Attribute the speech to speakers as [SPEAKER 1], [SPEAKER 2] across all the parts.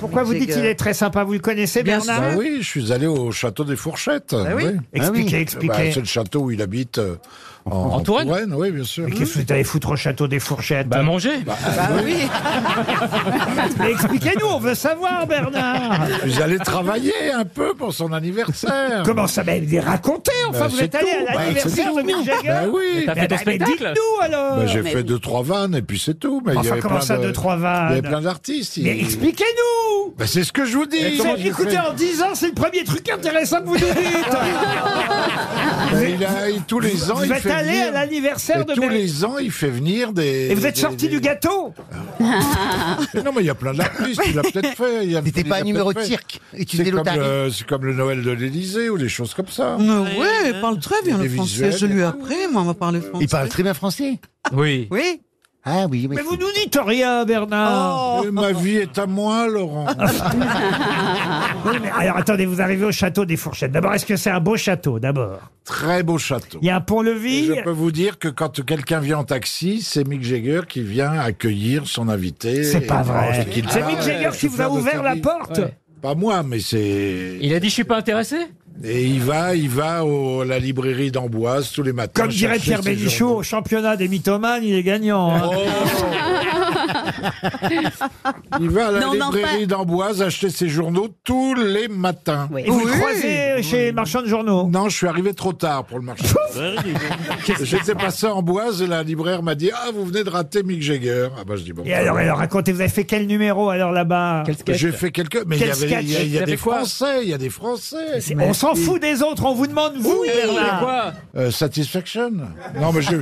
[SPEAKER 1] Pourquoi vous
[SPEAKER 2] C'est
[SPEAKER 1] dites
[SPEAKER 2] que-
[SPEAKER 1] qu'il est très sympa Vous le connaissez,
[SPEAKER 2] Bien
[SPEAKER 1] Bernard
[SPEAKER 2] sûr.
[SPEAKER 3] Ah oui, je suis allé au château des Fourchettes.
[SPEAKER 2] oui.
[SPEAKER 1] Ben Expliquez,
[SPEAKER 3] Bah,
[SPEAKER 1] expliquez.
[SPEAKER 3] c'est le château où il habite euh, en,
[SPEAKER 4] En Touraine
[SPEAKER 3] oui, bien sûr.
[SPEAKER 1] Mais Qu'est-ce que vous allez foutre au château des fourchettes
[SPEAKER 4] Bah manger
[SPEAKER 2] Bah oui,
[SPEAKER 1] Mais expliquez-nous, on veut savoir, Bernard
[SPEAKER 3] Je suis allé travailler un peu pour son anniversaire.
[SPEAKER 1] Comment ça va Des raconter Enfin,
[SPEAKER 3] Bah,
[SPEAKER 1] vous
[SPEAKER 3] c'est
[SPEAKER 1] êtes allé
[SPEAKER 3] tout.
[SPEAKER 1] à
[SPEAKER 3] Bah,
[SPEAKER 1] l'anniversaire
[SPEAKER 3] c'est
[SPEAKER 1] de Mick Jagger
[SPEAKER 3] Bah oui.
[SPEAKER 4] T'as
[SPEAKER 1] Eh
[SPEAKER 4] fait ton
[SPEAKER 1] ben, mais
[SPEAKER 4] spectacle
[SPEAKER 1] Dites-nous alors
[SPEAKER 3] Bah, j'ai fait deux trois vannes et puis c'est tout. Mais il y
[SPEAKER 1] Enfin,
[SPEAKER 3] avait
[SPEAKER 1] comment
[SPEAKER 3] plein
[SPEAKER 1] ça,
[SPEAKER 3] de...
[SPEAKER 1] deux, trois vannes
[SPEAKER 3] Il y avait plein d'artistes.
[SPEAKER 1] Mais
[SPEAKER 3] il-
[SPEAKER 1] expliquez-nous
[SPEAKER 3] Bah, c'est ce que je vous dis.
[SPEAKER 1] C'est- Écoutez, en 10 ans, c'est le premier truc intéressant que vous nous dites
[SPEAKER 3] Bah, il a- il- tous les ans,
[SPEAKER 1] Vous
[SPEAKER 3] il
[SPEAKER 1] êtes
[SPEAKER 3] fait
[SPEAKER 1] allé
[SPEAKER 3] venir.
[SPEAKER 1] à l'anniversaire
[SPEAKER 3] et
[SPEAKER 1] de
[SPEAKER 3] tous
[SPEAKER 1] Mary-
[SPEAKER 3] les ans, il fait venir des.
[SPEAKER 1] Et vous êtes
[SPEAKER 3] des-
[SPEAKER 1] sorti
[SPEAKER 3] des-
[SPEAKER 1] du gâteau
[SPEAKER 3] Non, mais il y a plein d'artistes. Il a peut-être fait. il a-
[SPEAKER 2] C'était
[SPEAKER 3] il
[SPEAKER 2] pas
[SPEAKER 3] a
[SPEAKER 2] un numéro de
[SPEAKER 3] peut-être fait.
[SPEAKER 2] cirque. Utilisez
[SPEAKER 3] C'est comme,
[SPEAKER 2] l'otarie.
[SPEAKER 3] le, c'est comme le Noël de l'Élysée ou des choses comme ça.
[SPEAKER 5] Mais ouais, il parle très bien
[SPEAKER 3] Les
[SPEAKER 5] le français.
[SPEAKER 3] visuels.
[SPEAKER 5] Je lui ai appris, moi, on va parler français.
[SPEAKER 2] Il parle très bien français.
[SPEAKER 4] Oui.
[SPEAKER 5] Oui.
[SPEAKER 2] Ah oui, oui.
[SPEAKER 1] Mais vous nous dites rien, Bernard
[SPEAKER 3] Et ma vie est à moi, Laurent.
[SPEAKER 2] Oh.
[SPEAKER 1] Oui, mais Alors attendez, vous arrivez au château des fourchettes. D'abord, est-ce que c'est un beau château D'abord.
[SPEAKER 3] Très beau château.
[SPEAKER 1] Il y a un
[SPEAKER 3] Et
[SPEAKER 1] pont-levis
[SPEAKER 3] Je peux vous dire que quand quelqu'un vient en taxi, c'est Mick Jagger qui vient accueillir son invité.
[SPEAKER 1] C'est pas
[SPEAKER 3] Et-
[SPEAKER 1] vrai.
[SPEAKER 3] et qui dit,
[SPEAKER 1] C'est
[SPEAKER 3] Ah
[SPEAKER 1] Mick
[SPEAKER 3] ouais,
[SPEAKER 1] Jagger qui vous a
[SPEAKER 3] chauffeur de
[SPEAKER 1] ouvert la
[SPEAKER 3] service.
[SPEAKER 1] porte
[SPEAKER 4] Ouais.
[SPEAKER 3] Pas moi, mais c'est.
[SPEAKER 4] Il a dit je suis pas intéressé
[SPEAKER 3] Et il va, il va au- à la librairie d'Amboise tous les matins.
[SPEAKER 1] Comme dirait
[SPEAKER 3] chercher
[SPEAKER 1] Pierre
[SPEAKER 3] ses
[SPEAKER 1] Bénichou, au championnat des mythomanes, il est gagnant. hein.
[SPEAKER 3] journaux. il va à la
[SPEAKER 6] Non, mais enfin-
[SPEAKER 3] librairie d'Amboise acheter ses journaux tous les matins.
[SPEAKER 6] Oui.
[SPEAKER 1] Et vous le
[SPEAKER 5] Oui.
[SPEAKER 1] croisez chez les marchands de journaux.
[SPEAKER 3] Non, je suis arrivé trop tard pour le marché. J'étais passé en Boise et la libraire m'a dit Ah, vous venez de rater Mick Jagger. Ah, bah, je dis Bon.
[SPEAKER 1] Et alors, alors, racontez, vous avez fait quel numéro alors là-bas
[SPEAKER 3] J'ai fait quelques. Mais il
[SPEAKER 1] Quel
[SPEAKER 3] y avait,
[SPEAKER 1] sketch
[SPEAKER 3] il y a, il y a
[SPEAKER 4] Il y avait
[SPEAKER 3] des
[SPEAKER 4] quoi
[SPEAKER 3] Français, il y a des Français.
[SPEAKER 1] C'est- On s'en fout des autres, on vous demande vous, Bernard.
[SPEAKER 4] Quoi
[SPEAKER 3] Euh, satisfaction Non, mais je,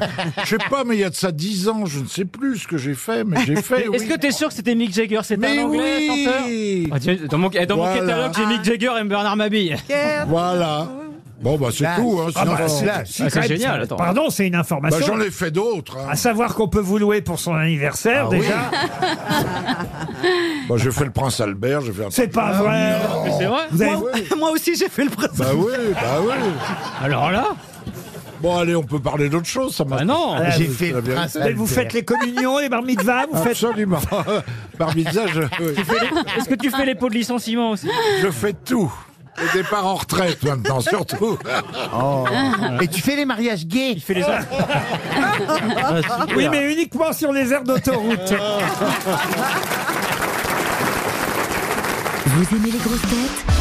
[SPEAKER 3] je sais pas, mais il y a de ça 10 ans, je ne sais plus ce que j'ai fait, mais j'ai fait.
[SPEAKER 4] Est-ce
[SPEAKER 3] oui.
[SPEAKER 4] que t'es sûr que c'était Mick Jagger C'était
[SPEAKER 3] Mais
[SPEAKER 4] un anglais,
[SPEAKER 3] oui
[SPEAKER 4] chanteur Ah, tiens, Dans mon, eh, dans mon
[SPEAKER 3] Voilà.
[SPEAKER 4] catalogue, j'ai Mick Jagger et Bernard Mabille.
[SPEAKER 3] Voilà. Bon, bah, c'est
[SPEAKER 2] Là,
[SPEAKER 3] tout. Hein, sinon,
[SPEAKER 1] bah,
[SPEAKER 3] on-
[SPEAKER 1] c'est-
[SPEAKER 2] là,
[SPEAKER 1] c'est Ah, quand
[SPEAKER 4] Ah, c'est
[SPEAKER 1] même-
[SPEAKER 4] génial, attends.
[SPEAKER 1] Pardon, c'est une
[SPEAKER 3] bah,
[SPEAKER 1] information.
[SPEAKER 3] J'en ai fait d'autres. hein. Ah,
[SPEAKER 1] À savoir qu'on peut vous louer pour son anniversaire, déjà.
[SPEAKER 3] Bah, j'ai fait le Prince Albert, j'ai fait un.
[SPEAKER 1] C'est pas vrai.
[SPEAKER 4] Mais c'est vrai
[SPEAKER 1] Vous avez-
[SPEAKER 5] Moi, moi aussi, j'ai fait le prince.
[SPEAKER 3] Bah oui, bah oui.
[SPEAKER 4] Alors là
[SPEAKER 3] Bon, allez, on peut parler d'autre chose, ça m'a.
[SPEAKER 4] Bah non
[SPEAKER 1] Ah,
[SPEAKER 2] J'ai
[SPEAKER 1] vous-
[SPEAKER 2] fait
[SPEAKER 3] la
[SPEAKER 2] le
[SPEAKER 3] vérité.
[SPEAKER 2] prince.
[SPEAKER 1] mais vous faites les communions, les bar mitzvahs, vous faites.
[SPEAKER 3] Absolument. Par visage,
[SPEAKER 4] Est-ce que tu fais les pots de licenciement aussi
[SPEAKER 3] je fais tout. Le départ en retraite maintenant, surtout.
[SPEAKER 2] Et tu fais les mariages gays.
[SPEAKER 4] Tu fais les actes
[SPEAKER 1] Oui, mais uniquement sur les aires
[SPEAKER 3] Ah,
[SPEAKER 1] d'autoroute.
[SPEAKER 7] Vous aimez les grosses têtes